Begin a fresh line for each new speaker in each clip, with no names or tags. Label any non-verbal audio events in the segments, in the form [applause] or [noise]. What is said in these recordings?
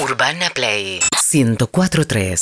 Urbana Play 1043.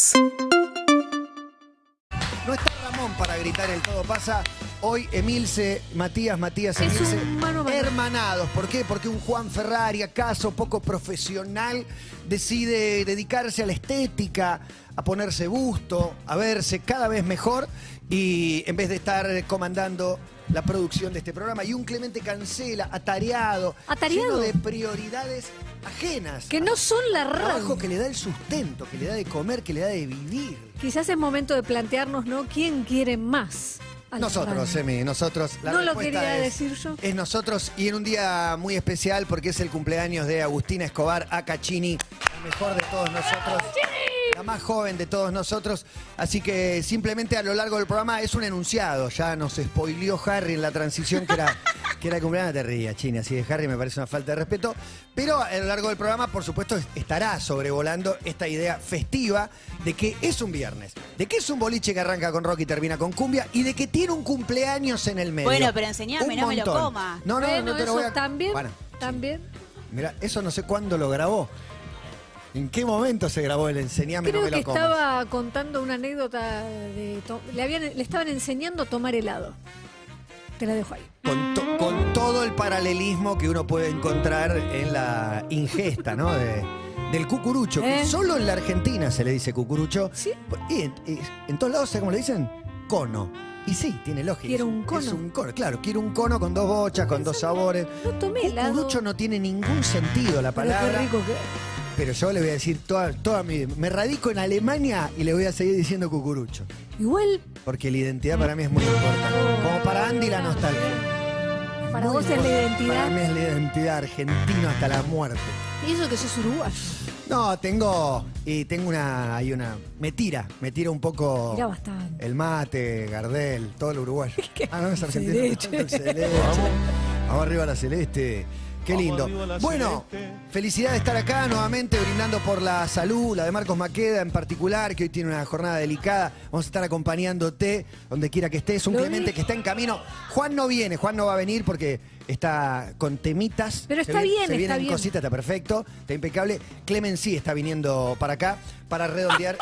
No está Ramón para gritar el todo pasa. Hoy Emilce, Matías, Matías,
Es
Emilce.
un mano a mano.
hermanados. ¿Por qué? Porque un Juan Ferrari, acaso poco profesional, decide dedicarse a la estética, a ponerse busto, a verse cada vez mejor y en vez de estar comandando la producción de este programa. Y un Clemente Cancela, atareado,
Atareado.
lleno de prioridades ajenas.
Que no son la
Trabajo
radio.
que le da el sustento, que le da de comer, que le da de vivir.
Quizás es momento de plantearnos, ¿no? ¿Quién quiere más? a la
Nosotros, eh,
radio?
Emi, nosotros. La
No lo
respuesta
quería
es-
decir yo.
Es nosotros y en un día muy especial porque es el cumpleaños de Agustina Escobar Acachini, la mejor de todos nosotros. La más joven de todos nosotros. Así que simplemente a lo largo del programa es un enunciado. Ya nos spoileó Harry en la transición que
[laughs]
era, que era el cumpleaños. Te rías, Chini. Así de Harry me parece una falta de respeto. Pero a lo largo del programa, por supuesto, es- estará sobrevolando esta idea festiva de que es un viernes, de que es un boliche que arranca con rock y termina con cumbia y de que tiene un cumpleaños en el medio.
Bueno, pero enseñame,
Un
no me lo
montón.
coma.
No, no,
Bueno,
no te lo
eso
voy a...
también.
Bueno,
también.
Mira, eso no sé cuándo lo grabó. ¿En qué momento se grabó el enseñame
Creo
no me
que
lo comas?
estaba contando una anécdota de. to- Le, habían, le estaban enseñando a tomar helado. Te la dejo ahí.
Con, to- con todo el paralelismo que uno puede encontrar en la ingesta, ¿no? De- del cucurucho. que
¿Eh?
Solo en la Argentina se le dice cucurucho.
Sí.
Y en, y en todos lados, ¿sabes cómo le dicen? Cono. Y sí, tiene lógica.
Quiero un cono.
Es un cono, claro. Quiero un cono con dos bochas, con dos sabores.
No tomé helado.
Cucurucho no tiene ningún sentido la
Pero qué
palabra.
rico que.
Pero yo le voy a decir toda, toda mi. Me radico en Alemania y le voy a seguir diciendo cucurucho.
Igual
Porque la identidad para mí es muy importante. Como para Andy la nostalgia.
Ah, Para
Muy
vos es la
importante.
identidad.
Para mí es la identidad argentino hasta la muerte.
Y eso que sos uruguayo.
No, tengo. Y tengo una. Hay una. Me tira. Me tira un poco.
Mirá bastante.
El mate, Gardel, todo el
[laughs]
uruguayo. Ah, no, es argentino. [laughs]
celeste.
El celeste. Vamos arriba a la celeste. Qué lindo. Bueno, felicidad de estar acá nuevamente brindando por la salud, la de Marcos Maqueda en particular, que hoy tiene una jornada delicada. Vamos a estar acompañándote donde quiera que estés. Un
Lo
Clemente
vi.
que está en camino. Juan no viene, Juan no va a venir porque está con temitas.
Pero
Se
está
viene-
bien,
se
está
vienen
bien.
cositas, está perfecto, está impecable. Clemen sí está viniendo para acá para
[laughs]
redondear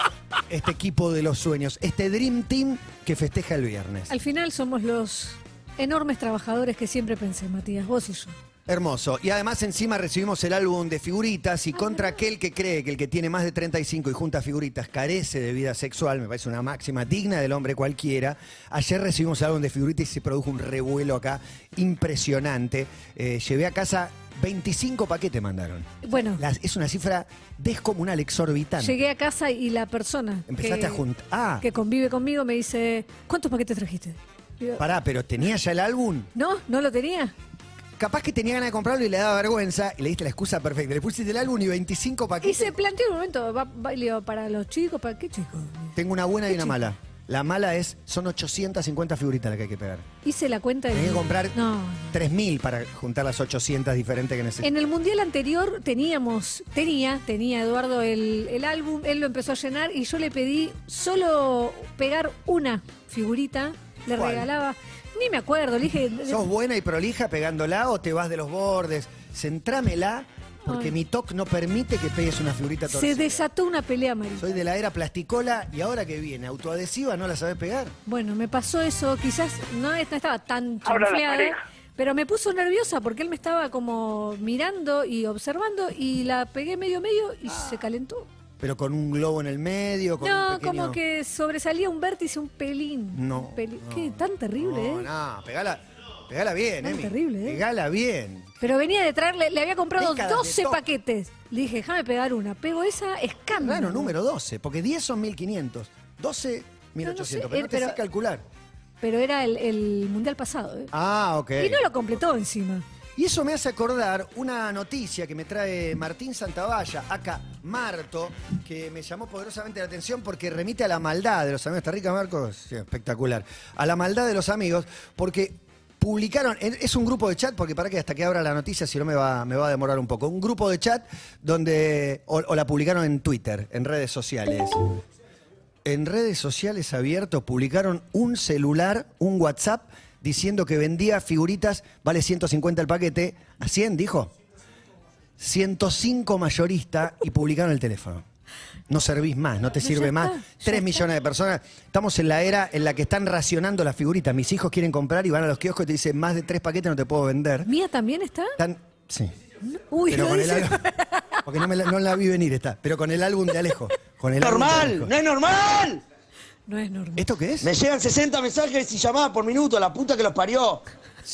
este equipo de los sueños, este Dream Team que festeja el viernes.
Al final somos los enormes trabajadores que siempre pensé, Matías, vos y yo.
Hermoso. Y además encima recibimos el álbum de figuritas y contra aquel que cree que el que tiene más de 35 y junta figuritas carece de vida sexual, me parece una máxima digna del hombre cualquiera, ayer recibimos el álbum de figuritas y se produjo un revuelo acá impresionante. Eh, llevé a casa 25 paquetes mandaron.
Bueno,
Las- es una cifra descomunal, exorbitante.
llegué a casa y la persona
Empezaste
que-
a juntar. Ah,
que convive conmigo me dice, ¿cuántos paquetes trajiste? Digo,
pará, pero ¿tenía ya el álbum?
no, no lo tenía.
Capaz que tenía ganas de comprarlo y le daba vergüenza y le diste la excusa perfecta. Le pusiste el álbum y 25
Y
paquetes.
se planteó un momento, va, va- y le digo, para los chicos, ¿para qué chicos?
Tengo una buena y una mala. La mala es, son 850 figuritas las que hay que pegar.
Hice la cuenta de...
Tenés que comprar
No.
3.000 para juntar las 800 diferentes que necesitas.
En el mundial anterior teníamos, tenía, tenía Eduardo el, el álbum, él lo empezó a llenar y yo le pedí solo pegar una figurita, le
¿Cuál?
regalaba, ni me acuerdo, le dije,
¿Sos buena y prolija pegándola o te vas de los bordes? Centrámela porque
Ay.
mi toc no permite que pegues una figurita
se
torcida.
desató una pelea amarilla.
Soy de la era plasticola y ahora que viene autoadhesiva no la sabés pegar.
Bueno, me pasó eso, quizás no, es- no estaba tan
Ahora las
chanfleada,
parejas.
pero me puso nerviosa porque él me estaba como mirando y observando y la pegué medio medio y se calentó.
Pero con un globo en el medio, con
No,
un pequeño...
como que sobresalía un vértice, un pelín.
No,
Un peli-
no,
Qué tan terrible,
No,
¿eh?
no, pegala, pegala bien,
Tan
Emi.
terrible, ¿eh?
Pegala bien.
Pero venía de traerle, le había comprado
Décadas de
12
toque.
paquetes. Le dije, déjame pegar una. Pego esa, escándalo.
Raro número 12, porque 10 son 1500, 12 1800,
No, no sé,
pero no
eh,
te
pero-
sé calcular.
Pero era el, el mundial pasado, ¿eh?
Ah, ok.
Y no lo completó encima.
Y eso me hace acordar una noticia que me trae Martín Santavalla, acá Marto, que me llamó poderosamente la atención porque remite a la maldad de los amigos. ¿Está rica, Marcos? Sí, espectacular. A la maldad de los amigos, porque publicaron, en- es un grupo de chat, porque para que hasta que abra la noticia, si no me va, me va a demorar un poco. Un grupo de chat donde, o- o la publicaron en Twitter, en redes sociales. en redes sociales abiertos publicaron un celular, un WhatsApp, diciendo que vendía figuritas, vale 150 el paquete. ¿A 100, dijo? 105 mayorista y publicaron el teléfono. No servís más, no te
No,
sirve
ya
más.
está, ya
3
está.
millones de personas. Estamos en la era en la que están racionando las figuritas. Mis hijos quieren comprar y van a los kioscos y te dicen, más de tres paquetes no te puedo vender.
¿Mía también está?
Están, sí.
Uy,
Pero
lo
con el
dice-
álbum, porque no, me la, no la vi venir esta, pero con el álbum de Alejo. Con el álbum de
normal,
Alejo.
no es normal.
[laughs] No es normal.
¿Esto qué es?
Me llegan 60 mensajes y llamadas por minuto, la puta que los parió.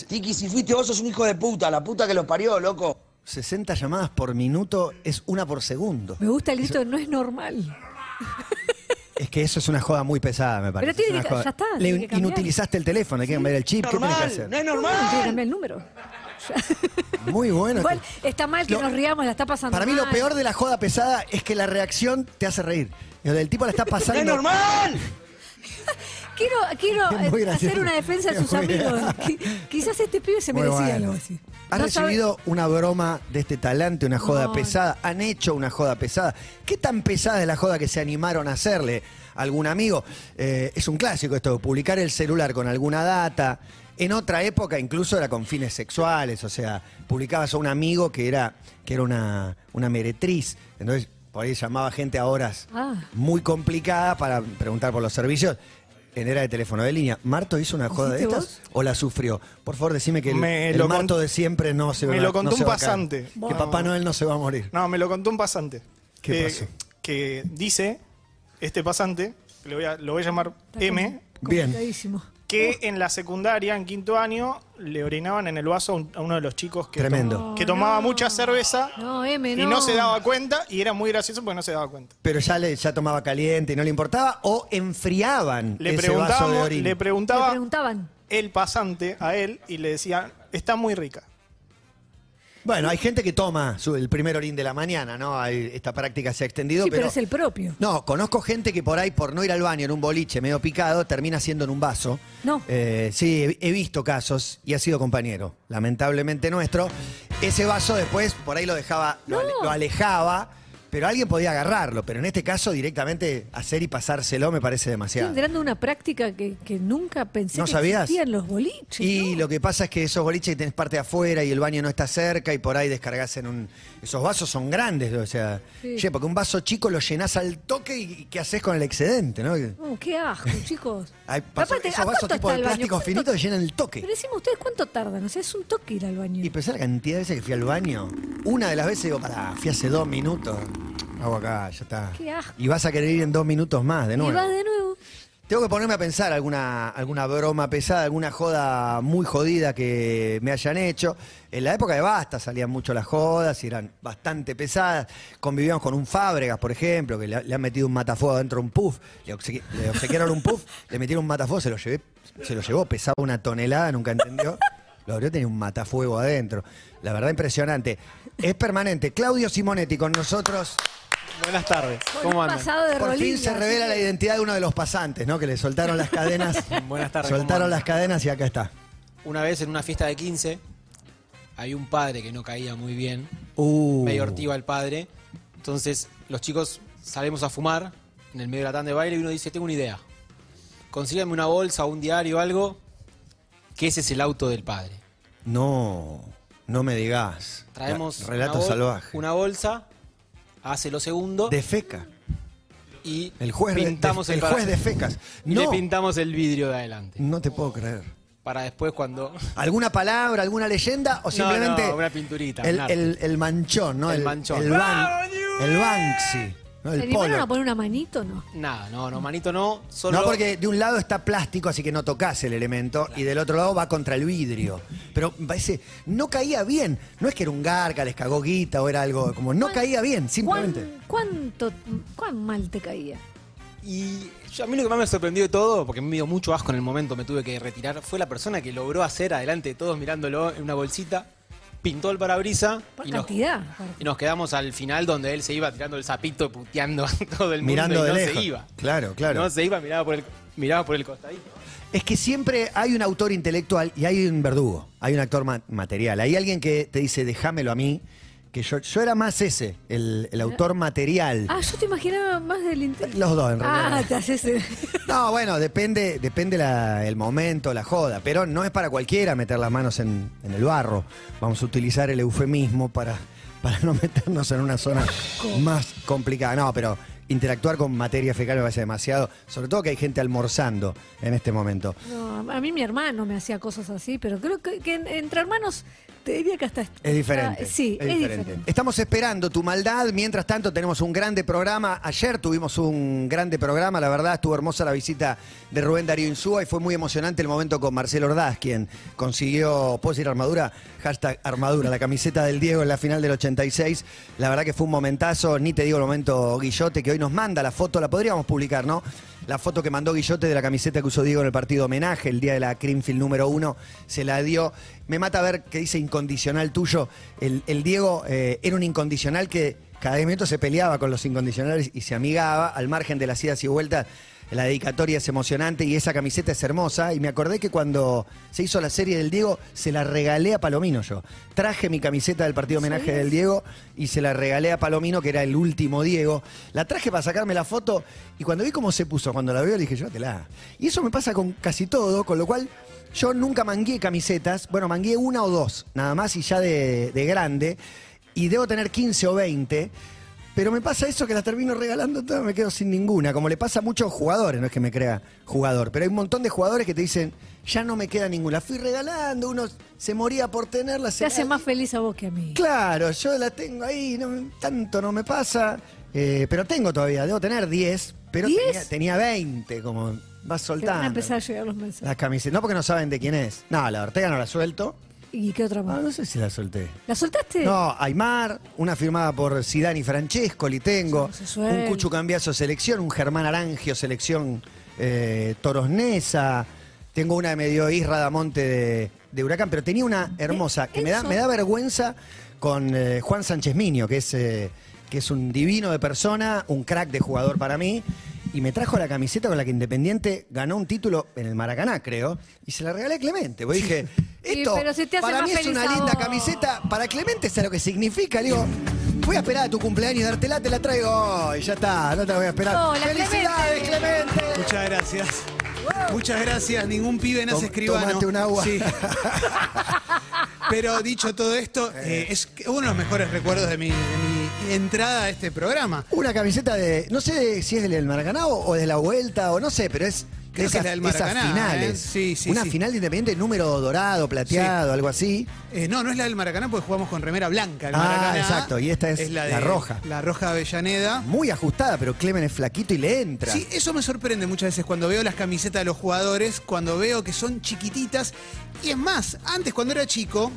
Tiki, si fuiste vos sos un hijo de puta, la puta que los parió, loco.
60 llamadas por minuto es una por segundo.
Me gusta el grito, no es normal.
Es que eso es una joda muy pesada, me parece.
Pero tiene
Es una
que ca-
joda.
ya está,
Le
tiene que cambiar.
inutilizaste el teléfono, hay que cambiar el chip. ¿Qué tenés que
Normal,
hacer?
no es
No, tiene que
normal.
cambiar el número.
[laughs]
Ya.
Muy bueno.
Igual
Te-
está mal que
este, Lo-
nos riamos, la está pasando
Para mí lo
mal.
peor de la joda pesada es que la reacción te hace reír. El tipo la está
[laughs] No
pasando.
es normal.
Quiero, quiero
[laughs] Es muy
eh,
gracioso.
hacer una defensa de
Es
sus
muy
amigos.
gracioso.
Qui- Quizás este pibe se
Muy
merecía
bueno.
algo así.
¿Has
No sabe-
recibido una broma de este talante, una joda
No.
pesada? ¿Han hecho una joda pesada? ¿Qué tan pesada es la joda que se animaron a hacerle a algún amigo? Eh, es un clásico esto, publicar el celular con alguna data. En otra época incluso era con fines sexuales, o sea, publicabas a un amigo que era, que era una, una meretriz. Entonces, por ahí llamaba gente a horas
Ah.
muy complicadas para preguntar por los servicios. En era de teléfono de línea. ¿Marto hizo una joda de
¿Hiciste
estas o la sufrió? Por favor, decime que el,
Me
el
lo
Marto
cont-
de siempre no se va
me lo contó
no se
un
va a caer.
pasante.
Que
Bueno.
Papá Noel no se va a morir.
No, me lo contó un pasante.
¿Qué
Eh,
pasó?
Que dice, este pasante, que le voy a- lo voy a llamar
Está
M,
com-
Bien.
complicadísimo.
que en la secundaria, en quinto año, le orinaban en el vaso a, un- a uno de los chicos que,
Tremendo.
tom- que tomaba mucha cerveza
No, M,
y
no.
no se daba cuenta y era muy gracioso porque no se daba cuenta.
Pero ya, le, ya tomaba caliente y no le importaba. O enfriaban
Le,
ese vaso de
preguntábamos-
orín.
le
Le
preguntaba
preguntaban.
el pasante a él y le decía, está muy rica.
Bueno, hay gente que toma su- el primer orín de la mañana, ¿no? Hay- esta práctica se ha extendido.
Sí, pero es el propio.
No, conozco gente que por ahí, por no ir al baño en un boliche medio picado, termina siendo en un vaso.
No.
Eh, sí, he, he visto casos y ha sido compañero, lamentablemente nuestro. Ese vaso después por ahí lo dejaba, lo, ale-
No.
lo alejaba, pero alguien podía agarrarlo. Pero en este caso, directamente hacer y pasárselo me parece
Estoy
demasiado.
entrando una práctica que, que nunca pensé
¿No
que
sabías?
existían los boliches.
Y
¿no?
lo que pasa es que esos boliches que tenés parte de afuera y el baño no está cerca y por ahí descargas en un. Esos vasos son grandes, o sea.
Sí.
che, porque un vaso chico lo llenás al toque y, y ¿qué haces con el excedente, no?
No, Oh,
[laughs]
qué asco, chicos.
Hay paso-
Aparte,
esos
¿a
vasos
cuánto
tipo
está
de
el baño?
plástico
¿Cuánto-
finito que llenan el
Pero
toque.
decime ustedes cuánto tardan, o sea, es un toque ir al baño.
Y pensar la cantidad de veces que fui al baño. Una de las veces digo, pará, fui hace dos minutos. Hago acá, ya está.
Qué asco.
Y vas a querer ir en dos minutos más, de
Y
nuevo.
vas de nuevo.
Tengo que ponerme a pensar alguna, alguna broma pesada, alguna joda muy jodida que me hayan hecho. En la época de Basta salían mucho las jodas y eran bastante pesadas. Convivíamos con un Fábregas, por ejemplo, que le, le han metido un matafuego dentro de un puff. Le, obsequi- le obsequiaron un puff, [laughs] le metieron un matafuego, se lo, llevé, se lo llevó, pesaba una tonelada, nunca entendió. Lo abrió, tenía un matafuego adentro. La verdad, impresionante. Es permanente. Claudio Simonetti con nosotros.
Buenas tardes.
Con
¿Cómo
un
andan?
pasado de
Por fin
rolillo,
se
así
revela la
que-
identidad de uno de los pasantes, ¿no? Que le soltaron las cadenas.
[laughs] Buenas tardes,
Soltaron
¿cómo
las cadenas y acá está.
Una vez en una fiesta de 15, hay un padre que no caía muy bien,
Uh.
medio ortiva el padre. Entonces, los chicos salimos a fumar en el medio de la tanda de baile y uno dice, tengo una idea. Consíganme una bolsa, un diario, algo, que ese es el auto del padre.
No, no me digas.
Traemos
La- Relato
una bol-
salvaje.
una bolsa, hace lo segundo
De feca.
y
El juez, de-
pintamos
de,
el,
el juez de
parazo-
fecas.
y le
No,
pintamos el vidrio de adelante.
no te puedo creer.
Para después cuando... [laughs]
¿Alguna palabra, alguna leyenda o simplemente.
no, una pinturita,
El,
un arte.
el- el manchón, ¿no?
El manchón.
El, ban- el Banksy. ¿no?
¿Se
El
animaron
polo.
a poner una manito no?
Nada, no, no, manito no. Solo
No, porque de un lado está plástico, así que no tocas el elemento, y del otro lado va contra el vidrio. Pero me parece, no caía bien. No es que era un garca, les cagó guita o era algo como, no
¿Cuán-
caía bien, simplemente.
¿Cuán, ¿Cuánto, cuán mal te caía?
Y yo- a mí lo que más me sorprendió de todo, porque me dio mucho asco en el momento, me tuve que retirar, fue la persona que logró hacer, adelante de todos mirándolo en una bolsita, pintó el parabrisa
Por
y nos,
cantidad.
y nos quedamos al final donde él se iba tirando el sapito, puteando a [laughs] todo el mundo
Mirando
y
de
no
lejos.
se iba.
Claro, claro.
No se iba, miraba por el, miraba por el costadito.
Es que siempre hay un autor intelectual y hay un verdugo, hay un actor ma- material, hay alguien que te dice, déjamelo a mí, que yo, yo era más ese, el, el autor material.
Ah, yo te imaginaba más del interior.
Los dos, en realidad.
Ah, te haces. el-
No, bueno, depende, depende la- el momento, la joda, pero no es para cualquiera meter las manos en, en el barro. Vamos a utilizar el eufemismo para, para no meternos en una zona más complicada. No, pero interactuar con materia fecal me parece demasiado. Sobre todo que hay gente almorzando en este momento.
No, a mí mi hermano me hacía cosas así, pero creo que, que en- entre hermanos te diría que hasta...
Es diferente.
Ah, sí, es, diferente.
Estamos esperando tu maldad. Mientras tanto, tenemos un grande programa. Ayer tuvimos un grande programa. La verdad, estuvo hermosa la visita de Rubén Darío Insúa y fue muy emocionante el momento con Marcelo Ordaz, quien consiguió, ¿puedo decir armadura? Hashtag armadura, la camiseta del Diego en la final del 86. La verdad que fue un momentazo. Ni te digo el momento Guillote, que hoy nos manda la foto. La podríamos publicar, ¿no? La foto que mandó Guillote de la camiseta que usó Diego en el partido homenaje, el día de la Creamfield número uno, se la dio. Me mata ver que dice incondicional tuyo. El, el Diego eh, era un incondicional que cada 10 minutos se peleaba con los incondicionales y se amigaba al margen de las idas y vueltas. La dedicatoria es emocionante y esa camiseta es hermosa. Y me acordé que cuando se hizo la serie del Diego, se la regalé a Palomino yo. Traje mi camiseta del partido homenaje del Diego y se la regalé a Palomino, que era el último Diego. La traje para sacarme la foto y cuando vi cómo se puso, cuando la veo, le dije, llévatela. Y eso me pasa con casi todo, con lo cual yo nunca mangué camisetas. Bueno, mangué una o dos, nada más y ya de, de grande. Y debo tener 15 o 20. Pero me pasa eso que las termino regalando todas, me quedo sin ninguna. Como le pasa a muchos jugadores, no es que me crea jugador, pero hay un montón de jugadores que te dicen, ya no me queda ninguna. Fui regalando, uno se moría por tenerla.
Te hace más feliz a vos que a mí.
Claro, yo la tengo ahí, no me- tanto no me pasa, eh, pero tengo todavía, debo tener 10, pero tenía,
¿Diez?
tenía 20, como vas
Te van a
soltando.
empezar a llegar los mensajes.
Las camisetas, no porque no saben de quién es. No, la Ortega no la suelto.
¿Y qué otra
Ah,
más?
no sé si la solté.
¿La soltaste?
No, Aymar, una firmada por Sidani Francescoli tengo,
No se suelta.
un Cuchu Cambiazo selección, un Germán Arangio selección eh, Torosnesa, tengo una de medio Isra Damonte de, de Huracán, pero tenía una hermosa, que me da,
eso.
me da vergüenza con eh, Juan Sánchez Miño, que es, eh, que es un divino de persona, un crack de jugador para mí. Y me trajo la camiseta con la que Independiente ganó un título en el Maracaná, creo, y se la regalé a Clemente. Porque dije,
Sí,
esto
pero se te hace
para
más
mí es
feliz
una
a
linda
vos.
camiseta, para Clemente es lo que significa. Le digo, voy a esperar a tu cumpleaños y dártela, te la traigo hoy. Ya está, no te la voy a esperar.
Hola,
¡Felicidades, Clemente!
Muchas gracias. Muchas gracias. Ningún pibe nace
Tom-
escribano.
tomate un agua.
Sí. [laughs] Pero dicho todo esto, eh, es uno de los mejores recuerdos de mi, de mi entrada a este programa.
Una camiseta de, no sé si es del Maracaná o, o de la Vuelta, o no sé, pero es de
Creo que
esas,
es la del
esas
Maracaná,
finales.
¿eh? Sí, sí,
una
sí.
final de Independiente, número dorado, plateado, algo así.
Eh, no, no es la del Maracaná porque jugamos con remera blanca. el
Ah,
Maracaná.
exacto, y esta es la roja.
La roja Avellaneda.
Muy ajustada, pero Clemen es flaquito y le entra.
Sí, eso me sorprende muchas veces cuando veo las camisetas de los jugadores, cuando veo que son chiquititas. Y es más, antes cuando era chico,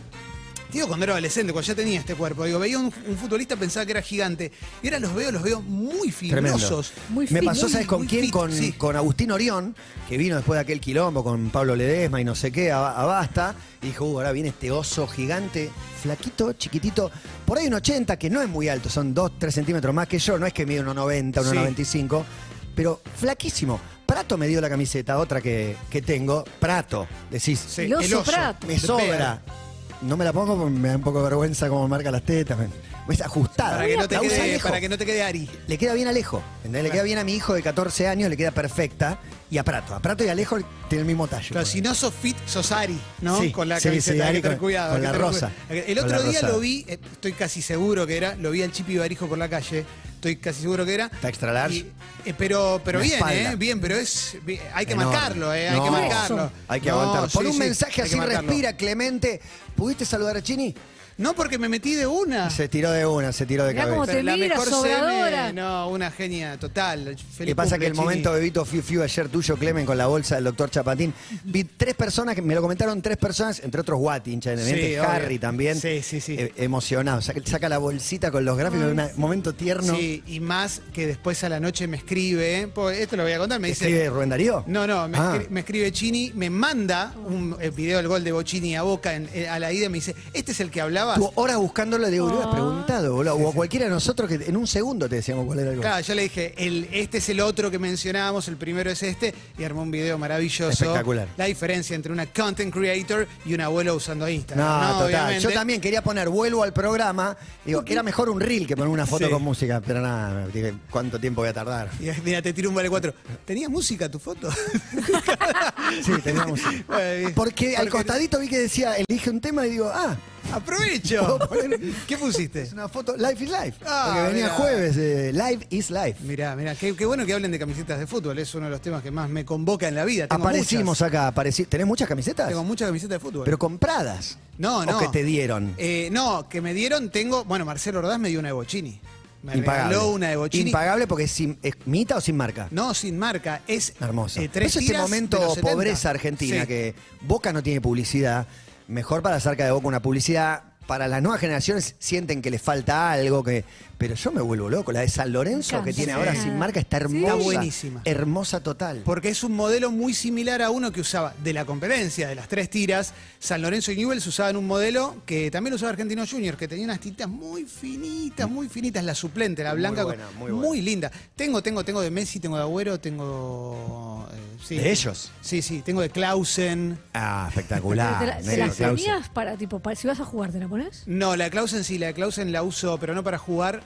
digo cuando era adolescente, cuando ya tenía este cuerpo, digo, veía un, un futbolista, pensaba que era gigante. Y ahora los veo, los veo muy
Tremendo.
fibrosos.
Muy
Me
fit,
pasó,
muy,
¿sabes con
muy
quién?
fit,
con,
sí.
con Agustín Orión, que vino después de aquel quilombo con Pablo Ledesma y no sé qué, a, a Basta. Y dijo, "Uh, ahora viene este oso gigante, flaquito, chiquitito, por ahí un 80, que no es muy alto, son 2, 3 centímetros más que yo, no es que mide 1,90, 1,95, pero flaquísimo. Prato me dio la camiseta, otra que, que tengo, Prato, decís,
Sí,
El oso Prato.
me sobra. No me la pongo porque me da un poco de vergüenza como marca las tetas. me- Es ajustada.
Para que, no te
Uh, La usa
quede,
Alejo.
para que no te quede Ari.
Le queda bien a Alejo, ¿entendés? Le queda bien a mi hijo de 14 años, le queda perfecta. Y a Prato. A Prato y a Alejo tienen el mismo tallo.
Claro, si no sos fit, sos Ari, ¿no?
Sí,
con la
sí,
camiseta,
sí,
hay
Ari
que tener
con-
cuidado.
con
hay que
la
tener
rosa,
cuidado. El
con
otro
la
día
rosa.
lo vi, eh, estoy casi seguro que era, lo vi al Chipi Barijo por la calle, estoy casi seguro que era.
Está extra large.
Y- eh, pero pero
Una
bien,
espalda.
¿eh? Bien, pero es bi- hay que
Enorme.
marcarlo, ¿eh? Hay
No,
que marcarlo.
Hay que
No,
aguantar. Por
sí,
un
sí,
mensaje
hay
así
que marcarlo.
respira, Clemente. ¿Pudiste saludar a Chini?
No, porque me metí de una.
Se tiró de una, se tiró de
Mirá
cabeza.
cómo Te
la
mira,
mejor
sobradora.
CM, no, una genia total. Feliz
¿Qué pasa que el
cumple,
momento
Chini.
bebito fiu fiu ayer tuyo, Clemen, con la bolsa del doctor Chapatín? Vi tres personas, que me lo comentaron tres personas, entre otros Guati, hincha de Independiente,
Sí, obvio.
Harry también.
Sí, sí, sí.
eh, emocionado. Saca, saca la bolsita con los gráficos, un momento tierno.
Sí, y más que después a la noche me escribe, ¿eh? Po- esto lo voy a contar, me dice...
¿Escribe Rubén Darío?
No, no, me,
Ah.
escri- me escribe Chini, me manda un eh, video del gol de Bochini a Boca en- eh, a la ida y me dice, ¿este es el que hablabas?
Tú horas buscándolo, le digo, le
Ah,
hubieras preguntado, boludo. o a cualquiera de nosotros que en un segundo te decíamos cuál era el gol.
Claro, yo le dije, el, este es el otro que mencionábamos, el primero es este, y armó un video maravilloso.
Espectacular.
La diferencia entre una content creator y un abuelo usando Instagram.
No, total.
obviamente.
Yo también quería poner vuelvo al programa. Digo, era mejor un reel que poner una foto
Sí.
con música, pero nada, dije, ¿cuánto tiempo voy a
[laughs]
tardar?
[laughs] Y, eh, mira, te tiro un vale 4. ¿Tenía música tu foto? [laughs]
Sí, tenía música.
Ay,
Porque al
[laughs] porque-
costadito vi que decía, elige un tema y digo, ah, [laughs]
Aprovecho. ¿Qué pusiste?
Es una foto, Life is Life.
Ah,
porque venía
mirá.
jueves, eh, Life is Life.
Mirá, mirá, qué, qué bueno que hablen de camisetas de fútbol. Es uno de los temas que más me convoca en la vida. Tengo
Aparecimos
muchas.
acá, apareci- ¿tenés muchas camisetas?
Tengo muchas camisetas de fútbol.
Pero compradas.
no,
¿O
no.
que te dieron.
Eh, no, que me dieron, tengo. Bueno, Marcelo Ordaz me dio una de Bochini. Me
Impagable.
regaló una de Bochini.
Impagable porque es, sin- es mita o sin marca.
No, sin marca. Es
Hermoso.
eh, tres
es este
tiras de los
momento
70.
pobreza argentina
Sí.
que Boca no tiene publicidad. Mejor para cerca de Boca una publicidad. Para las nuevas generaciones sienten que les falta algo, que pero yo me vuelvo loco. La de San Lorenzo que
encanta.
tiene
Sí.
ahora sin marca está
Sí.
hermosa.
Está buenísima.
Hermosa total.
Porque es un modelo muy similar a uno que usaba de la competencia, de las tres tiras. San Lorenzo y Newell's usaban un modelo que también lo usaba Argentino Junior, que tenía unas tiritas muy finitas, muy finitas. La suplente, la
Muy
blanca.
buena,
con-
muy buena.
linda. Tengo, tengo, tengo de Messi, tengo de Agüero, tengo. eh, sí.
¿De ellos?
Sí, sí. Tengo de Clausen.
Ah,
¿Te
espectacular.
la-
Negro
¿Te las
Clausen.
ponías para, tipo, para- si vas a jugar, te la pones?
No, la de Clausen sí, la de Clausen la uso, pero no para jugar.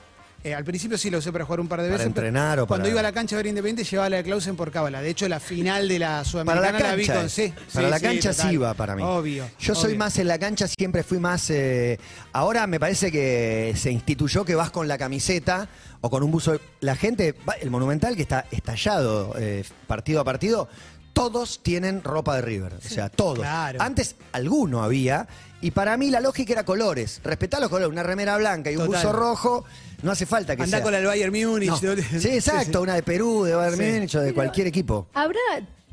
Eh, al principio sí la usé para jugar un par de
Para
veces. pero
entrenar o
Cuando
para-
iba a la cancha a ver Independiente llevaba la de Clausen por cábala. De hecho, la final de la
Para
Sudamericana
la
la, vi
cancha.
con
es.
sí.
para
Sí,
la
sí,
cancha
total.
sí va para mí.
Obvio.
Yo soy
obvio.
más en la cancha, siempre fui más. eh, ahora me parece que se instituyó que vas con la camiseta o con un buzo. La gente, va- el Monumental que está estallado eh, partido a partido, todos tienen ropa de River. O sea, todos.
Claro.
Antes alguno había. Y para mí la lógica era colores. Respetar los colores. Una remera blanca y un
Total.
buzo rojo. No hace falta que
Andá
sea.
con la del Bayern Múnich.
No.
¿no? [laughs]
Sí, exacto. Una de Perú, de Bayern
Sí.
Múnich o de cualquier equipo.
Habrá,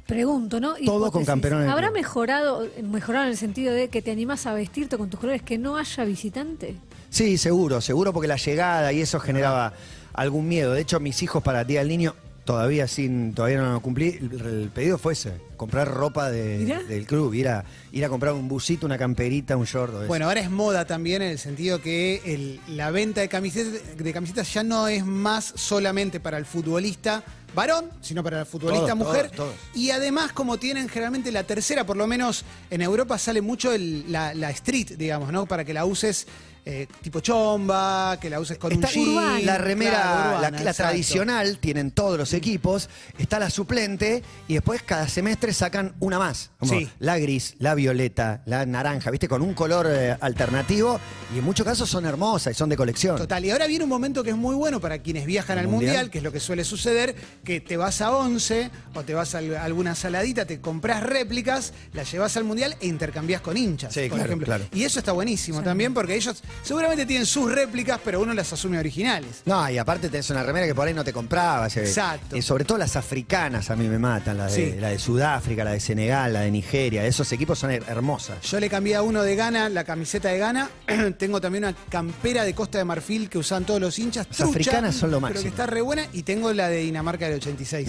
pregunto, ¿no?
Todo con campeones del
¿Habrá
club.
mejorado, mejorado en el sentido de que te animás a vestirte con tus colores, que no haya visitante?
Sí, seguro, seguro porque la llegada y eso generaba algún miedo. De hecho, mis hijos para Día del Niño todavía sin todavía no lo cumplí. El, el pedido fue ese, comprar ropa de-
Mirá.
del club, ir a, ir a comprar un busito, una camperita, un short. o eso.
Bueno, ahora es moda también en el sentido que el- la venta de camisetas, de camisetas ya no es más solamente para el futbolista varón, sino para el futbolista
Todos,
mujer.
todos, todos.
Y además, como tienen generalmente la tercera, por lo menos en Europa sale mucho el- la, la street, digamos, ¿no? Para que la uses eh, tipo chomba, que la uses con
Está
un jean,
la remera,
claro,
la-
urbana,
la,
exacto.
tradicional, tienen todos los equipos, está la suplente y después cada semestre sacan una más. Como
Sí.
La gris, la violeta, la naranja, ¿viste? Con un color eh, alternativo y en muchos casos son hermosas y son de colección.
Total, y ahora viene un momento que es muy bueno para quienes viajan
¿El
al
mundial?
mundial? que es lo que suele suceder, que te vas a 11 o te vas a al- alguna saladita, te compras réplicas, las llevas al mundial e intercambias con hinchas,
Sí,
por
claro,
ejemplo.
claro.
Y eso está buenísimo también porque ellos seguramente tienen sus réplicas, pero uno las asume originales.
No, y aparte tenés una remera que por ahí no te comprabas. eh.
Exacto.
Y sobre todo las africanas a mí me matan, la de,
Sí.
la de Sudáfrica, la de Senegal, la de Nigeria. Esos equipos son her- hermosas.
Yo le cambié a uno de Ghana, la camiseta de Ghana. [clears throat] tengo también una campera de Costa de Marfil que usan todos los hinchas.
Las africanas son lo
Pero que
máximo.
está re buena. Y tengo la de Dinamarca del 86.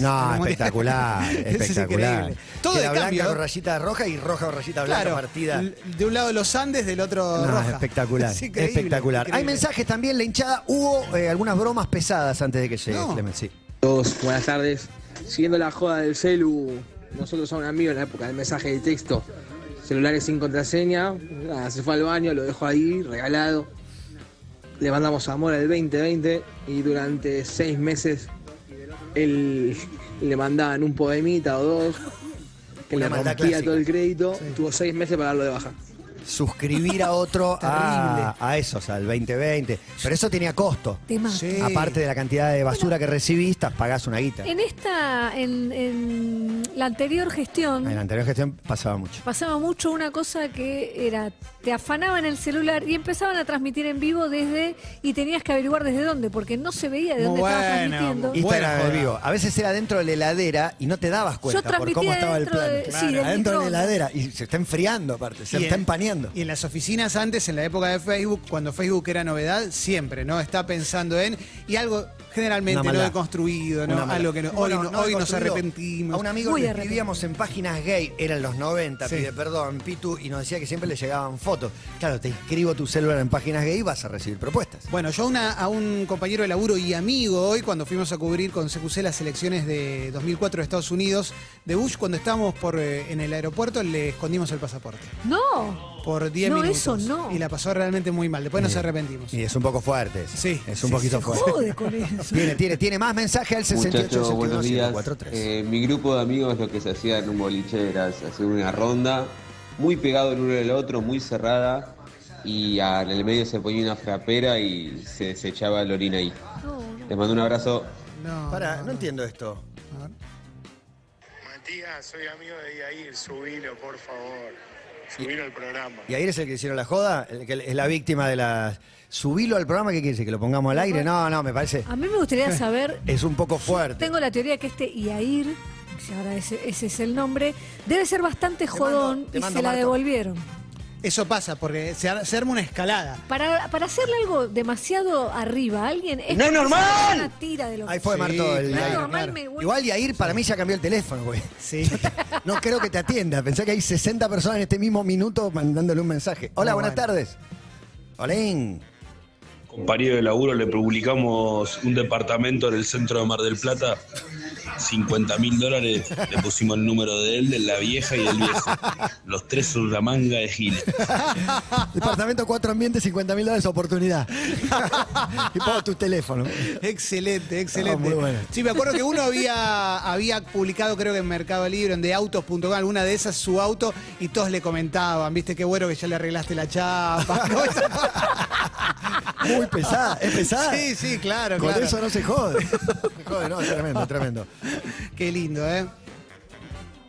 No,
[laughs] del Mundial.
espectacular,
Eso es
espectacular.
increíble. Todo de
Queda blanca
cambio.
con rayita roja y roja con rayita blanca
Claro,
partida.
l- De un lado los Andes, del otro
No,
Roja.
espectacular,
[laughs] Es increíble,
espectacular. Hay
increíble.
mensajes también, la hinchada. Hubo eh, algunas bromas pesadas antes de que llegue,
No.
Clemen, sí.
Todos, buenas tardes. Siguiendo la joda del celu, nosotros a un amigo en la época del mensaje de texto, celulares sin contraseña, nada, se fue al baño, lo dejó ahí, regalado. Le mandamos amor al 2020 y durante seis meses él le mandaban un poemita o dos que
Una
le
maldad
rompía
clásica.
todo el crédito. Tuvo seis meses para darlo de baja.
Suscribir a
[laughs]
otro a, a esos, al 2020. Pero eso tenía costo.
Te mata.
Sí.
Aparte de la cantidad de basura que recibiste, pagás una guita.
En esta, en, en la anterior gestión,
En la anterior gestión pasaba mucho.
pasaba mucho una cosa que era, te afanaban el celular y empezaban a transmitir en vivo desde, y tenías que averiguar desde dónde, porque no se veía de
Muy
dónde
bueno,
estaba transmitiendo.
muy
Y
Buena
era
joda.
de vivo. A veces era dentro de la heladera y no te dabas cuenta por
transmitía
cómo estaba el
dentro
plano.
de- sí,
adentro de
del
la
microondas.
heladera. Y se está enfriando aparte, se
Y en-
está empaneando.
Y en las oficinas antes, en la época de Facebook, cuando Facebook era novedad, siempre, ¿no? Está pensando en. Y algo generalmente
Una
no
maldad.
deconstruido,
Una
¿no?
maldad.
Algo que no- hoy,
Bueno,
no-
no
hoy nos
deconstruido.
arrepentimos.
A un amigo
Muy
le
arrepentido.
escribíamos en páginas gay, eran los 90,
Sí.
pide perdón, Pitu, y nos decía que siempre le llegaban fotos. Claro, te inscribo tu celular en páginas gay y vas a recibir propuestas.
Bueno, yo una- a un compañero de laburo y amigo hoy, cuando fuimos a cubrir con CQC las elecciones de 2004 de Estados Unidos, de Bush, cuando estábamos por, eh, en el aeropuerto, le escondimos el pasaporte.
No,
Por 10
No,
minutos.
eso no.
Y la pasó realmente muy mal. Después nos arrepentimos.
Y es un poco fuerte. eso.
Sí.
Es un
Sí,
poquito
se
fuerte.
jode
[laughs]
con eso.
Tiene, tiene, tiene más mensaje al 68
Muchachos, buenos días.
743.
Eh, mi grupo de amigos lo que se hacía en un boliche era hacer una ronda muy pegado el uno del otro, muy cerrada. y a- en el medio se ponía una frapera y se, se echaba la orina ahí.
No, no.
Les mando un abrazo.
No.
Pará, no entiendo esto.
Matías, soy amigo de Yair, subilo, por favor. Subilo al programa.
¿Y ayer es el que hicieron la joda? El que es la víctima de la... Subilo al programa, ¿qué quiere decir? ¿Que lo pongamos al aire? No, no, me parece...
A mí me gustaría saber,
Es un poco fuerte.
Ah. tengo la teoría que este Iair, que ahora ese, ese es el nombre, debe ser bastante
mando-
jodón
te
y
mando,
se la
Marto.
devolvieron.
Eso pasa, porque se, ar- se arma una escalada. [laughs]
Para, para hacerle algo demasiado arriba a alguien...
¡No es normal!
Una tira de lo
Ahí fue
Sí,
Marto el
claro,
Yair.
normal me-
Igual Yair para mí ya cambió el teléfono, güey.
Sí.
No creo que te atienda. Pensá que hay 60 personas en este mismo minuto mandándole un mensaje. Hola,
Muy
buenas
bueno.
tardes. Olén.
Compañero de laburo, le publicamos un departamento en el centro de Mar del Plata. 50 mil dólares, le pusimos el número de él, de la vieja y del viejo. Los tres son una manga de giles.
Ah.
Departamento 4 ambientes, 50 mil dólares
[laughs]
oportunidad. y pongo tu teléfono.
Excelente, excelente.
Ah, muy bueno.
Sí, me acuerdo que uno había, había publicado, creo que en Mercado Libre, en deautos.com, alguna de esas, su auto, y todos le comentaban, viste qué bueno que ya le arreglaste
[laughs]
la chapa. [laughs] ¿no?
Muy pesada, es pesada.
Sí, sí, claro,
Con
claro.
eso no se
[laughs]
jode. Se jode, no, es tremendo, es tremendo.
Qué lindo, ¿eh?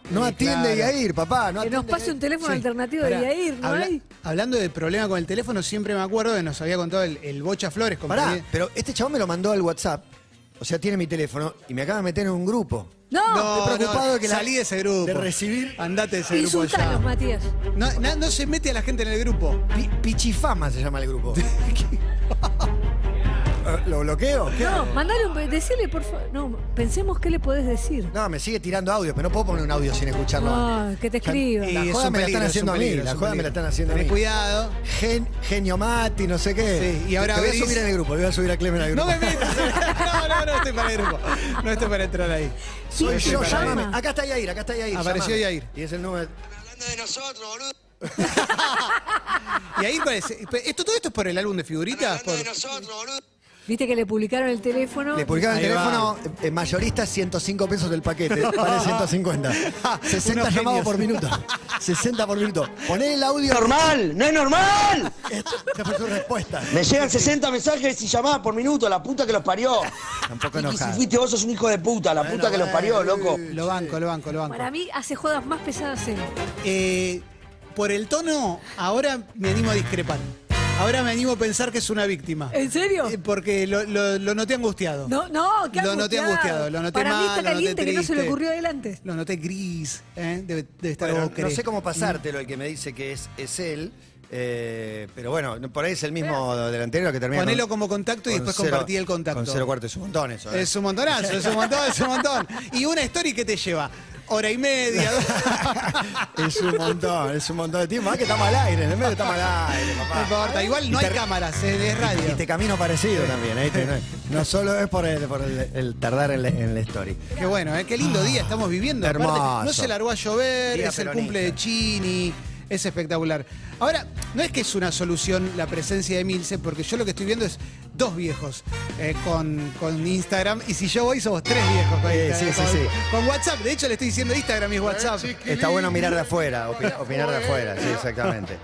No
Sí,
atiende
claro.
Yair, papá. No
Que nos
atiende
pase un
Yair.
teléfono
eh. Sí.
alternativo
Pará,
de Iair, ¿no
habla-
hay?
Hablando del problema con el teléfono, siempre me acuerdo que nos había contado el, el Bocha Flores.
Pará,
compañero.
pero este chabón me lo mandó al WhatsApp. O sea, tiene mi teléfono y me acaba de meter en un grupo.
No,
No,
estoy preocupado
no,
que la-
salí de ese grupo.
de recibir-
Andate de ese grupo
insultanos,
ya.
Matías.
No, na- no se mete a la gente en el grupo.
Pi- Pichifama se llama el [laughs] grupo. Eh, ¿Lo bloqueo? ¿Qué
No,
hago?
mandale un... Decirle, por favor... No, pensemos qué le podés decir.
No, me sigue tirando audio, pero no puedo poner un audio sin escucharlo.
No,
antes.
que te
Ya-
escriba.
La
Y es
joda
un
me la
peligro,
están
es
haciendo
un
a mí.
peligro, es
La
un
joda me la
peligro.
están haciendo a mí.
Tenés cuidado.
Gen- genio Mati, no sé qué.
Sí, y ahora
Te voy
abrís-
a subir en [laughs] el grupo, le voy a subir a Clemen al
No
grupo.
me metas. No, no, no estoy para el grupo. No estoy para entrar ahí.
[laughs] Soy
Sí,
yo,
para
llámame.
ahí.
Acá está Yair, acá está Yair.
Apareció
llámame.
Yair.
Y es el número.
Hablando de nosotros, boludo.
Y ahí parece. Esto, todo esto es por el álbum de figuritas. Por...
nosotros, boludo.
Viste que le publicaron el teléfono.
Le publicaron el
Ahí
teléfono, eh, mayorista 105 pesos del [laughs] paquete, vale [laughs] 150. 60 llamados
Unos genios.
por minuto. [laughs] 60 por minuto. Poné el audio.
¡Normal! ¡No es normal!
Esta fue tu [laughs] respuesta.
Me llegan 60 mensajes y llamadas por minuto, la puta que los parió.
Tampoco
Tiki, si
enojado.
fuiste vos sos un hijo de puta, la puta que los parió, loco.
Lo banco, lo banco, lo banco.
Para mí hace jodas más pesadas él.
Eh, por el tono, ahora me animo a discrepar. Ahora me animo a pensar que es una víctima.
¿En serio?
Eh, Porque lo, lo- lo noté angustiado.
No, no, qué
Lo noté angustiado, lo noté
Para mí
mal,
está
lo noté
caliente que no se le
triste.
ocurrió adelante.
Lo noté gris. ¿eh? Debe, debe estar
Bueno,
ocre.
no sé cómo pasártelo, el que me dice que es, es él. eh, pero bueno, no- por ahí es el mismo delantero que termina.
Ponelo
con-
como contacto y
con
después
cero-
compartí el contacto.
Con cero cuarto, es un montón eso. ¿eh?
Es un montonazo, es un montón, es un montón. Y una story que te lleva hora
[laughs]
y media. dos-
[laughs] Es un montón, es un montón de tiempo. Más que estamos al aire, en el medio estamos al aire,
No
papá.
importa, igual no
Y
hay
te-
cámaras, es, es radio.
Y este camino parecido también, ¿eh? Este, no- No solo es por el, por el- el tardar en la, en la story.
Qué bueno, ¿eh? qué lindo día estamos viviendo. Aparte,
Hermoso.
no se largó a llover,
Día
es el
peronista.
cumple de Chini, es espectacular. Ahora, no es que es una solución la presencia de Milce, porque yo lo que estoy viendo es dos viejos eh, con, con Instagram, y si yo voy somos tres viejos con,
Sí,
Instagram,
sí, sí,
con-
sí.
con WhatsApp. De hecho, le estoy diciendo Instagram y es WhatsApp.
Está bueno mirar de afuera, opi- opinar de afuera, sí, exactamente.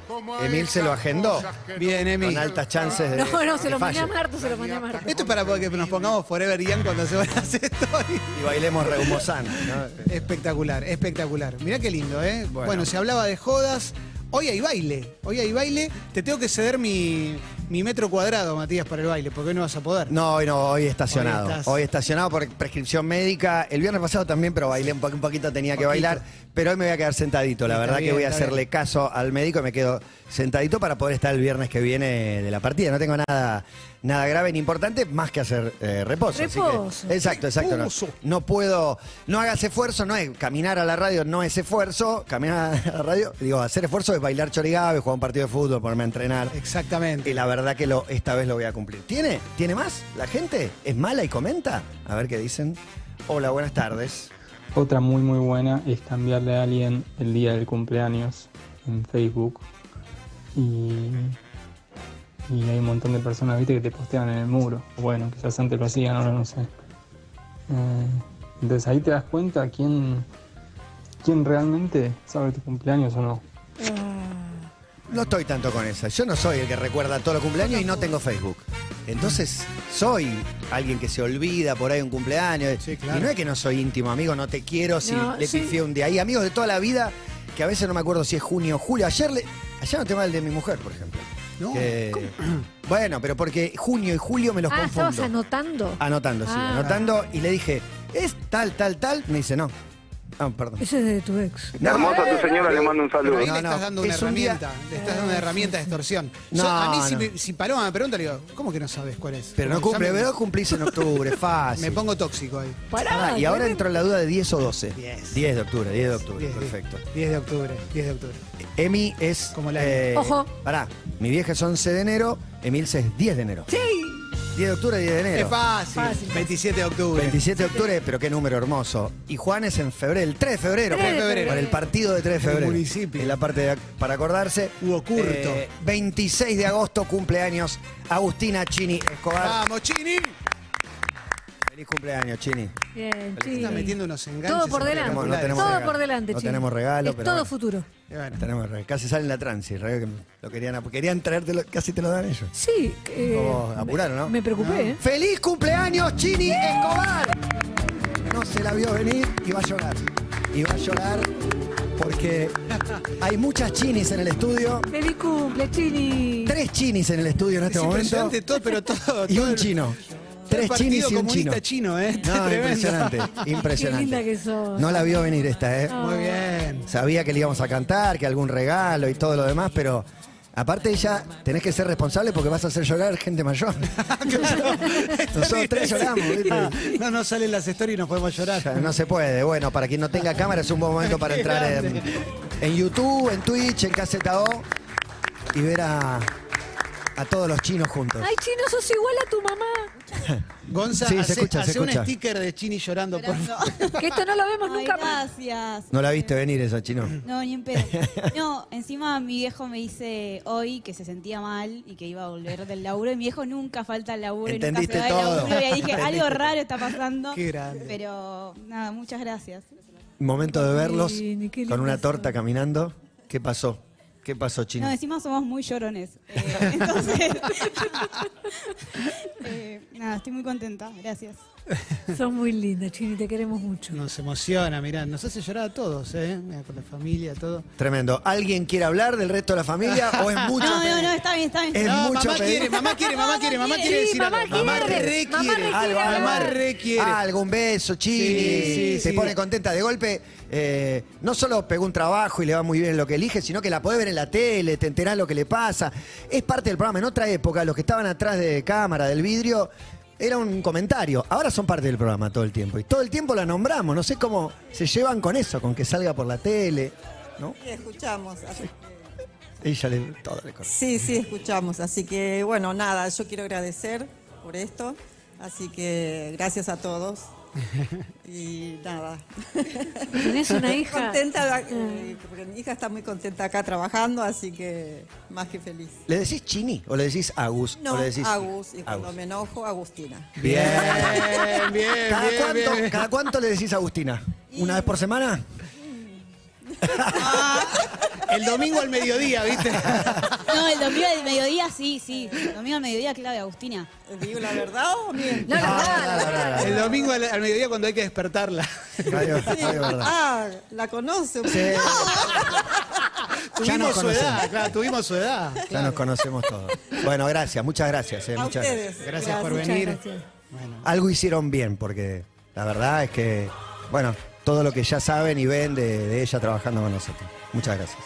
Emil se lo agendó
Bien, Emi.
con altas chances de.
No, no, se
que
lo mandé
falle.
a Marto, se lo mandé a Marto.
Esto es para que nos pongamos Forever Young cuando se van a hacer stories.
Y bailemos Reumozán. ¿no?
Espectacular, espectacular. Mirá qué lindo, ¿eh? Bueno.
Bueno.
se hablaba de jodas. Hoy hay baile, hoy hay baile. Te tengo que ceder mi, mi metro cuadrado, Matías, para el baile, porque hoy no vas a poder.
No, hoy no, hoy estacionado.
Hoy
Hoy,
estás-
estacionado por prescripción médica. El viernes pasado también, pero bailé un, po- un poquito, tenía que
Poquito.
bailar. Pero hoy me voy a quedar sentadito. La
Está
verdad
bien,
que voy a
está
hacerle
bien.
caso al médico y me quedo sentadito para poder estar el viernes que viene de la partida. No tengo nada, nada grave ni importante más que hacer eh, reposo. así que-
Reposo.
exacto, exacto. no.
Reposo.
No, puedo, no hagas esfuerzo, no es caminar a la radio, no es esfuerzo. Caminar a la radio, digo, hacer esfuerzo es bailar chorigabe, jugar un partido de fútbol, ponerme a entrenar.
Exactamente.
Y la verdad que lo, esta vez lo voy a cumplir. ¿Tiene? ¿Tiene más? ¿La gente? ¿Es mala y comenta? A ver qué dicen. Hola, buenas tardes.
Otra muy muy buena es cambiarle a alguien el día del cumpleaños en Facebook. Y, y hay un montón de personas ¿viste? que te postean en el muro. Bueno, quizás antes lo hacían, ahora no sé. Eh, entonces ahí te das cuenta quién, quién realmente sabe tu cumpleaños o no.
Ah,
No estoy tanto con esa. Yo no soy el que recuerda todos los cumpleaños y no tengo Facebook. Entonces, soy alguien que se olvida por ahí un cumpleaños. Y no es que no soy íntimo, amigo, no te quiero si
No,
le
sí.
pifié un día. Hay amigos de toda la vida que a veces no me acuerdo si es junio o julio. Ayer, le, ayer no tema el de mi mujer, por ejemplo.
No.
Que- [clears throat] bueno, pero porque junio y julio me los
ah,
confundo.
estabas anotando.
Anotando, sí,
Ah.
anotando. Y le dije, ¿es tal, tal, tal? Me dice, no. Ah, perdón.
Ese es de tu ex.
No,
Hermosa tu señora, le mando un
Pero
saludo.
ahí le
No,
estás
no,
dando una
es un día-
herramienta. Le estás dando una
[laughs]
herramienta de extorsión. Yo-
No,
a mí, si,
no.
me- si Paloma me pregunta, le digo, ¿cómo que no sabes cuál es?
Pero no
Porque ya
cumple,
me-
veo cumplís en
[laughs]
octubre, fácil.
Me pongo tóxico ahí.
Pará.
Ah, y ahora entro en la duda de 10 o 12.
10.
10 de octubre, 10 de octubre,
10, 10.
perfecto.
10 de octubre, 10 de octubre.
Emi es. eh,
Como la
Ojo.
Pará, mi vieja es 11 de enero, Emilce es 10 de enero.
Sí.
10 de octubre, 10 de
Es
enero.
fácil.
Fácil.
27 de octubre.
27 de octubre, pero qué número hermoso. Y Juan es en febrero, el 3 de febrero.
3 de
para-
febrero.
Para el partido de 3 de
En el
febrero.
municipio.
En la parte de ac- para acordarse.
Hugo Curto.
26 de agosto, cumpleaños, Agustina Chini Escobar.
Vamos, Chini.
Feliz cumpleaños, Chini.
Bien, sí.
Está metiendo unos enganches.
Todo por delante.
No tenemos
todo
regalo.
por delante,
No
chicos.
tenemos regalo,
Es
pero
todo
bueno.
futuro.
Y bueno,
Tenemos regalo. Casi sale en la transi, regalo que lo querían, ap- querían traértelo, casi te lo dan ellos.
Sí. eh,
Como apuraron, ¿no? Ah.
Me preocupé, ¿eh?
¡Feliz cumpleaños, Chini Escobar! No se la vio venir y va a llorar. Y va a llorar porque hay muchas chinis en el estudio.
Feliz cumple, Chini.
Tres chinis en el estudio en
es
este momento.
impresionante todo, pero todo.
Y
todo
un
el-
chino.
todo el
Tres
partido
chinis y un chino.
comunista chino, ¿eh? Está
No,
[laughs] tremendo.
impresionante.
Qué linda
Impresionante.
que sos.
No la vio venir esta, ¿eh?
Muy bien.
Sabía que le íbamos a cantar, que algún regalo y todo lo demás, pero aparte ella tenés que ser responsable porque vas a hacer llorar gente mayor. [laughs] Nosotros tres lloramos, ¿viste?
[laughs] No nos salen las stories y nos podemos
O sea,
llorar.
no se puede. Bueno, para quien no tenga cámara es un buen momento
[laughs]
para entrar en, en YouTube, en Twitch, en KZO y ver a, a todos los chinos juntos.
Ay, Chino, sos igual a tu mamá.
Gonza,
Sí, se
hace,
escucha, se
hace un
escucha.
sticker de Chini llorando, por [laughs] favor.
Que esto no lo vemos
Ay,
nunca más.
gracias.
No la viste venir esa chino.
No, ni en pedo. No, encima mi viejo me dice hoy que se sentía mal y que iba a volver del laburo. Y mi viejo nunca falta al laburo y nunca
Entendiste
se va del
todo.
laburo. Y ahí dije,
Entendiste.
algo raro está pasando.
Qué grande.
Pero nada, muchas gracias.
Momento de verlos
Ay, ni qué
con una
lindo
torta
son.
caminando. ¿Qué pasó? ¿Qué pasó, chino?
No, encima somos muy llorones. Eh, entonces, [laughs] eh, nada, estoy muy contenta. Gracias.
Sos muy linda, Chini, te queremos mucho.
Nos emociona, mirá, nos hace llorar a todos, ¿eh? Mirá, con la familia, todo.
Tremendo. ¿Alguien quiere hablar del resto de la familia
[laughs]
o es mucho?
No, no,
pedir?
no, está bien, está bien.
Es
No,
mucho
mamá
pedir.
quiere, mamá quiere, mamá quiere, mamá quiere
Sí,
decir
mamá
algo. Mamá
quiere,
re
mamá
quiere.
re quiere
Algo, mamá
hablar.
re quiere.
Ah, algún beso, chini.
Sí, sí,
se
sí.
pone contenta. De golpe, eh, no solo pegó un trabajo y le va muy bien lo que elige, sino que la podés ver en la tele, te enterás lo que le pasa. Es parte del programa. En otra época, los que estaban atrás de cámara, del vidrio, era un comentario. Ahora son parte del programa todo el tiempo. Y todo el tiempo la nombramos. No sé cómo se llevan con eso, con que salga por la tele. ¿no?
escuchamos. así que-
Ella le, todo le corta.
Sí, sí, escuchamos. Así que, bueno, nada, yo quiero agradecer por esto. Así que gracias a
[laughs]
todos. Y nada.
Tenés una hija.
Contenta, eh, porque mi hija está muy contenta acá trabajando, así que más que feliz.
¿Le decís Chini o le decís Agus?
No,
o le decís
Agus, y cuando
Agus.
me enojo, Agustina.
Bien. [laughs]
Bien, bien,
¿Cada,
bien,
cuánto,
bien.
cada cuánto le decís a Agustina? ¿Una vez por semana?
El domingo al
[laughs]
mediodía, ¿viste?
No, el domingo al mediodía, sí, sí. El domingo al mediodía, clave, Agustina.
¿Digo la verdad o
[laughs]
miento?
No,
Ah,
no, no, no.
El domingo al, al mediodía cuando hay que despertarla.
Radio,
Sí.
Radio Verdad.
Ah, la conoce. [laughs]
Sí, Ya nos
Tuvimos su
conocemos.
edad, claro, tuvimos su edad.
ya nos conocemos todos. Bueno, gracias, muchas gracias. eh,
A
muchas
ustedes.
gracias.
Gracias por
Muchas
venir.
gracias.
Algo hicieron bien, porque la verdad es que, bueno, todo lo que ya saben y ven de, de ella trabajando con nosotros. Muchas gracias.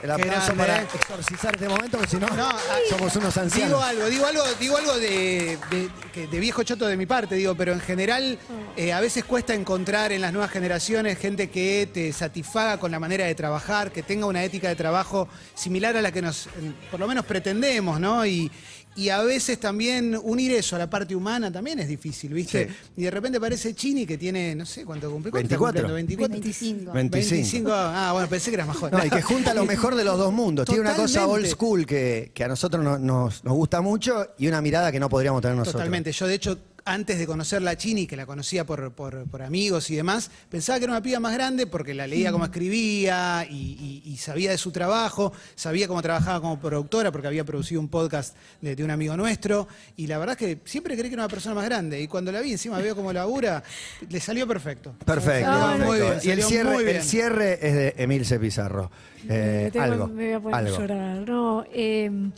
El aplauso
grande,
para
eh.
exorcizar este momento, porque si no,
No, ah,
somos unos
Digo
ancianos.
algo, digo algo, digo algo de, de- que- de viejo choto de mi parte, digo, pero en general
Oh.
eh, a veces cuesta encontrar en las nuevas generaciones gente que te satisfaga con la manera de trabajar, que tenga una ética de trabajo similar a la que nos, eh, por lo menos pretendemos, ¿no? Y, y a veces también unir eso a la parte humana también es difícil, ¿viste?
Sí.
Y de repente parece Chini que tiene, no sé cuánto cumplió. ¿Cuánto está
24?
cumpliendo? 24.
25.
25.
25, Ah, bueno, pensé que eras más joven.
No, y que junta lo mejor de los dos mundos. Tiene una cosa old
Totalmente.
school que, que a nosotros no- nos, nos gusta mucho y una mirada que no podríamos tener nosotros.
Totalmente. Yo, de hecho, antes de conocerla a Chini, que la conocía por, por- por amigos y demás, pensaba que era una piba más grande porque la leía cómo escribía y, y- y sabía de su trabajo, sabía cómo trabajaba como productora porque había producido un podcast de, de un amigo nuestro. Y la verdad es que siempre creí que era una persona más grande. Y cuando la vi encima, veo cómo labura, le salió perfecto.
Perfecto. perfecto.
Salió Ah, Muy bien,
y el
salió muy
cierre,
bien.
el cierre es de Emilce Pizarro. Eh,
Me tengo-
algo.
me voy a poner
algo.
a llorar. No, eh,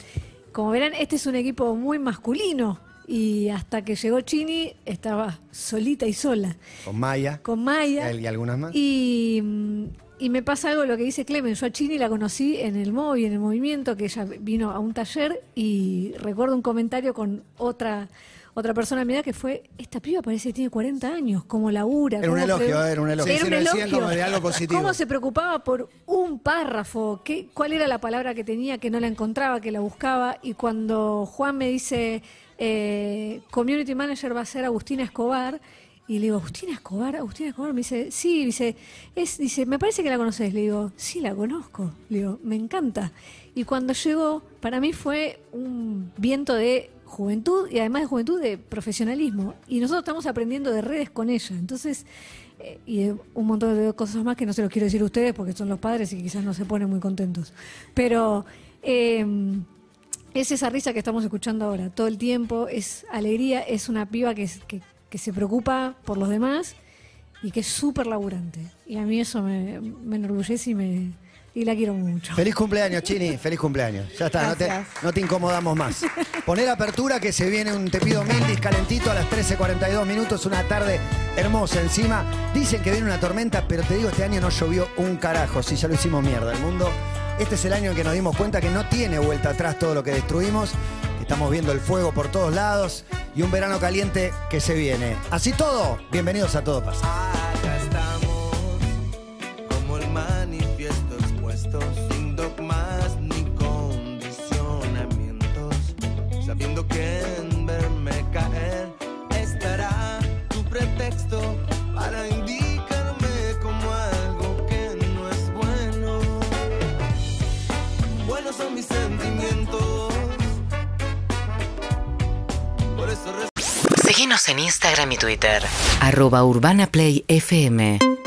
como verán, este es un equipo muy masculino. Y hasta que llegó Chini, estaba solita y sola.
Con Maya.
Con Maya.
él y algunas más.
Y, mm, y me pasa algo lo que dice Clemen. Yo a Chini la conocí en el móvil, en el movimiento, que ella vino a un taller y recuerdo un comentario con otra otra persona a mi edad que fue, esta piba parece que tiene 40 años, como labura.
Era un
cómo
elogio,
pre-
era un elogio.
Era
Sí,
un
se lo decían
elogio.
como de algo positivo.
Cómo se preocupaba por un párrafo, qué, cuál era la palabra que tenía, que no la encontraba, que la buscaba. Y cuando Juan me dice, eh, community manager va a ser Agustina Escobar, y le digo, Agustina Escobar, Agustina Escobar, me dice, sí, dice, es, dice, me parece que la conoces. Le digo, sí, la conozco. Le digo, me encanta. Y cuando llegó, para mí fue un viento de juventud y además de juventud de profesionalismo. Y nosotros estamos aprendiendo de redes con ella. Entonces, eh, y eh, un montón de cosas más que no se los quiero decir a ustedes porque son los padres y quizás no se ponen muy contentos. Pero eh, es esa risa que estamos escuchando ahora todo el tiempo, es alegría, es una piba que, es- que, que se preocupa por los demás y que es súper laburante. Y a mí eso me, me enorgullece y, me, y la quiero mucho.
Feliz cumpleaños, Chini. Feliz cumpleaños. Ya está, no te,
Gracias.
no te incomodamos más. Poner apertura que se viene un Te pido Mildis calentito a las 13.42 minutos, una tarde hermosa encima. Dicen que viene una tormenta, pero te digo, este año no llovió un carajo. Si ya lo hicimos mierda. El mundo, este es el año en que nos dimos cuenta que no tiene vuelta atrás todo lo que destruimos. Estamos viendo el fuego por todos lados y un verano caliente que se viene. Así todo, bienvenidos a Todo Pasa.
Acá estamos, como el manifiesto expuesto, sin dogmas ni condicionamientos, sabiendo que en verme caer estará tu pretexto para indicarme como algo que no es bueno. Buenos son mis sentimientos, por eso
Seguinos en Instagram y Twitter. Arroba Urbana Play FM.